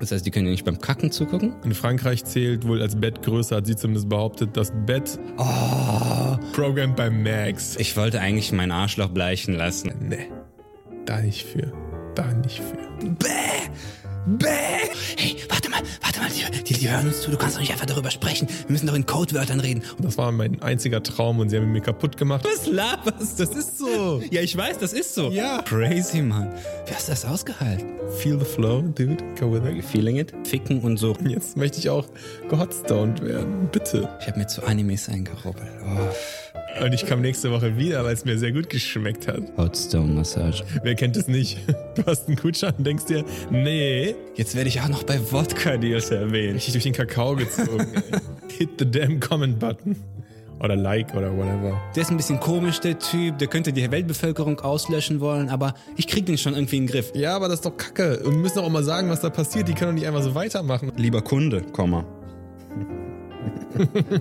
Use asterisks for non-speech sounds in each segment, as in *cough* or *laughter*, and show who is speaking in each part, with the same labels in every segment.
Speaker 1: Das heißt, die können ja nicht beim Kacken zugucken.
Speaker 2: In Frankreich zählt wohl als Bettgröße, hat sie zumindest behauptet, das Bett
Speaker 1: Oh,
Speaker 2: programmed bei Max.
Speaker 1: ich wollte eigentlich meinen Arschloch bleichen lassen.
Speaker 2: Nee, da nicht für. Da nicht für.
Speaker 1: Bäh! Bäh! Hey, warte mal, warte mal, die, die, die hören uns zu, du kannst doch nicht einfach darüber sprechen. Wir müssen doch in Codewörtern reden.
Speaker 2: Das war mein einziger Traum und sie haben ihn mir kaputt gemacht.
Speaker 1: Was laberst? Das ist
Speaker 2: so.
Speaker 1: Ja, ich weiß, das ist so.
Speaker 2: Ja.
Speaker 1: Crazy, Mann. Wie hast du das ausgehalten?
Speaker 2: Feel the flow, dude. Go with it.
Speaker 1: Feeling it? Ficken und so.
Speaker 2: Jetzt möchte ich auch gehotstowned werden. Bitte.
Speaker 1: Ich habe mir zu Animes eingerubbelt. Oh.
Speaker 2: Und ich kam nächste Woche wieder, weil es mir sehr gut geschmeckt hat.
Speaker 1: Hotstone Massage.
Speaker 2: Wer kennt es nicht? *laughs* Du hast einen Gutschein und denkst dir, nee,
Speaker 1: Jetzt werde ich auch noch bei Wodka Deals erwähnt.
Speaker 2: richtig durch den Kakao gezogen. ey. Hit the damn comment button. Oder like oder whatever.
Speaker 1: Der ist ein bisschen komisch, der Typ. Der könnte die Weltbevölkerung auslöschen wollen, aber ich krieg den schon irgendwie in den Griff.
Speaker 2: Ja, aber das ist doch kacke. Und wir müssen auch mal sagen, was da passiert. Die können doch nicht einfach so weitermachen.
Speaker 1: Lieber Kunde, Komma.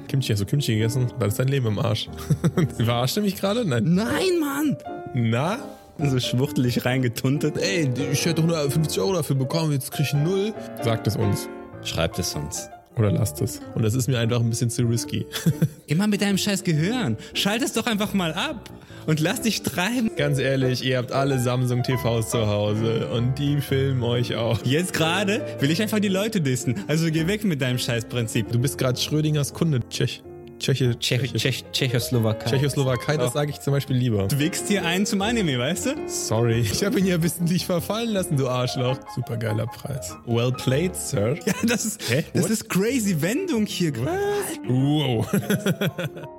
Speaker 2: Kimchi, hast du Kimchi gegessen? Dann ist dein Leben im Arsch. *laughs* Verarscht du mich gerade? Nein.
Speaker 1: Nein, Mann!
Speaker 2: Na?
Speaker 1: So schwuchtelig reingetuntet.
Speaker 2: Ey, ich hätte 150 Euro dafür bekommen, jetzt krieg ich null. Sagt es uns.
Speaker 1: Schreibt es uns.
Speaker 2: Oder lasst es. Und das ist mir einfach ein bisschen zu risky. *laughs*
Speaker 1: Immer mit deinem scheiß Gehirn. Schalt es doch einfach mal ab und lass dich treiben.
Speaker 2: Ganz ehrlich, ihr habt alle Samsung TVs zu Hause und die filmen euch auch.
Speaker 1: Jetzt gerade will ich einfach die Leute dissen. Also geh weg mit deinem scheiß Prinzip.
Speaker 2: Du bist gerade Schrödingers Kunde. Tschech. Tscheche.
Speaker 1: Tschech, Tschech, Tschechoslowakei.
Speaker 2: Tschechoslowakei, das sage ich zum Beispiel lieber.
Speaker 1: Du wickst hier einen zum Anime, weißt du?
Speaker 2: Sorry. Ich habe ihn ja wissentlich verfallen lassen, du Arschloch. Supergeiler Preis. Well played, Sir.
Speaker 1: Ja, das ist,
Speaker 2: Hä?
Speaker 1: das
Speaker 2: What?
Speaker 1: ist crazy Wendung hier. Was?
Speaker 2: Wow.